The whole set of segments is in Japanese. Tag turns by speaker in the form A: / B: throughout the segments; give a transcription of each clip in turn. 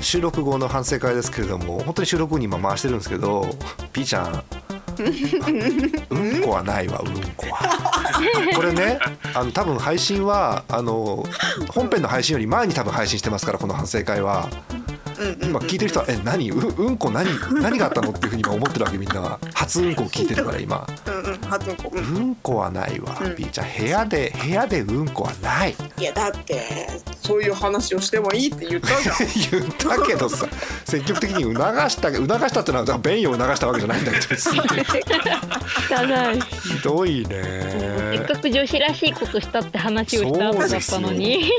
A: 収録後の反省会ですけれども本当に収録後に今回してるんですけどピーちゃんうんこはないわうんこはこれねあの多分配信はあの本編の配信より前に多分配信してますからこの反省会は今聞いてる人は「え何ううんこ何何があったの?」っていうふうに今思ってるわけみんなは初うんこを聞いてるから今
B: うんうん初の子う
A: うんこはないわ
B: うん
A: ピーちゃん部屋で部屋でうんこはない
B: んいやだってそういう話をしてもいいって言ったじゃん
A: 言ったけどさ積極的に促した促したってのはだから便意を促したわけじゃないんだけど別に
C: 汚い
A: ひどい
C: せ
A: ね
C: っかく女子らしいことしたって話を
A: そ
C: した後
A: う
C: だ
A: で
C: っ
A: す
C: た
A: よ
C: のに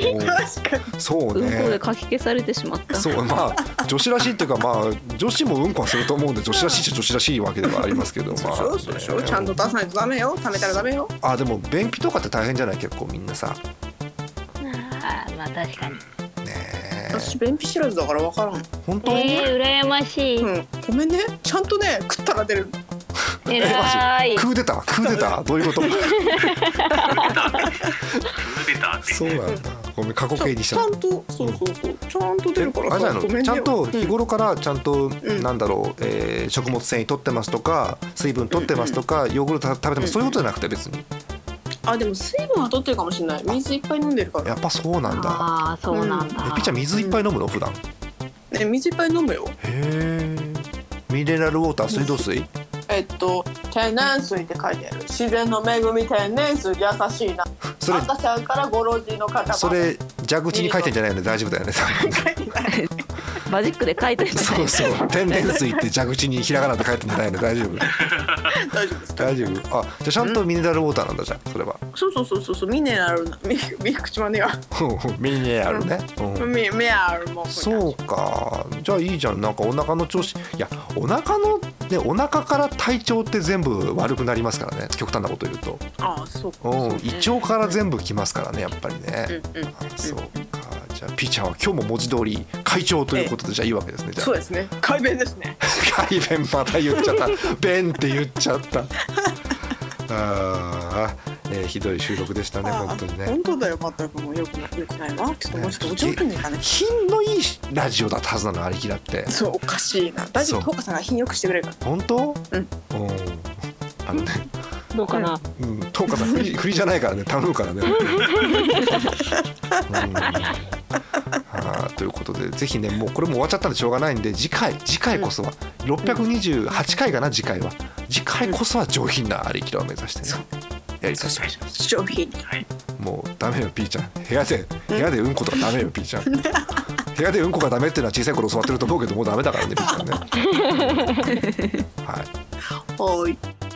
B: 確かに
A: そう
D: うんこで
A: ね
D: かき消されてしまった。
A: そうまあ女子らしいっていうかまあ女子もうんこはすると思うんで女子らしいっちゃ女子らしいわけではありますけどまあ
B: そうそうそうちゃんと出さないとダメよ貯めたらダメよ
A: あでも便秘とかって大変じゃない結構みんなさ
C: あーまあ確かに
A: ね
B: 私便秘知らずだから分からん
A: 本当に
C: えー、羨ましい、
B: うんごめんねちゃんとね食ったら出る
C: えらーい
A: クーデタークーデターどういうこと
E: クーデターって
A: そうなんだごめん過去
B: ちゃ
A: 形にし
B: ち
A: ち
B: ゃ
A: ゃっ
B: んとそうそうそうちゃんと出るから
A: あれじゃな
B: さ
A: い
B: ごめ
A: の
B: んね
A: ちゃんと日頃からちゃんと、
B: ん
A: なんだろう、えー食物繊維取ってますとか水分取ってますとか、ヨーグルト食べてます、そういうことじゃなくて別に
B: あでも水分は取ってるかもしれない水いっぱい飲んでるから
A: やっぱそうなんだ
C: ああそうなんだ、
A: えピッチャー水いっぱい飲むの普段へ
B: ね水いっぱい飲むよ
A: えミネラルウォーター水道水
B: えっと天然水って書いてある自然の恵み天然水優しいな
A: それ
B: 赤ちゃんからご老人の方まで
A: それ蛇口に書いてんじゃないので大丈夫だよね多分
D: マジックで書いてる。
A: そうそう天然水って蛇口にひらがなって書いてんじゃないの大丈夫
B: 大丈夫ですか
A: 大丈夫あじゃあちゃんとミネラルウォーターなんだじゃあそれは
B: そうそうそうそうそうミネラルな ミミ口まねが
A: ミネラルね、うん
B: ミミネラルも
A: そうかじゃあいいじゃんなんかお腹の調子いやお腹のねお腹から体調って全部悪くなりますからね極端なこと言うと、
B: ああそうか
A: うん
B: そうね
A: 胃腸から全部きますからねやっぱりね、
B: うんうん
A: あそうかじゃあピーちゃんは今日も文字通り会長ということでじゃあいいわけですねじゃあ
B: そうですね改便で すね
A: 改弁また言っちゃ った「弁」って言っちゃったあー、えーひどい収録でしたね
B: あ
A: 本当にね
B: 本当だよまったくもうよくなよくないわちょっともうちょっとお上手にいかなき
A: 品のいいラジオだったはずなのありきらって
B: ゃそうおかしいな大丈夫
A: そ
B: トーカさんが品よくしてくれるから
A: 本当
B: う
A: う
B: ん
A: んあのね
C: どうかな、
A: うん、トンカさん振り振りじゃないからね頼むからね。うんはあということでぜひねもうこれも終わっちゃったんでしょうがないんで次回次回こそは628回かな次回は次回こそは上品なありきらを目指してねやりたいと思います
B: 商品
E: はい
A: もうダメよピーちゃん部屋で部屋でうんことかダメよピーちゃん部屋でうんこがダメっていうのは小さい頃教わってると思うけどもうダメだからねピーちゃんね。はい
B: はい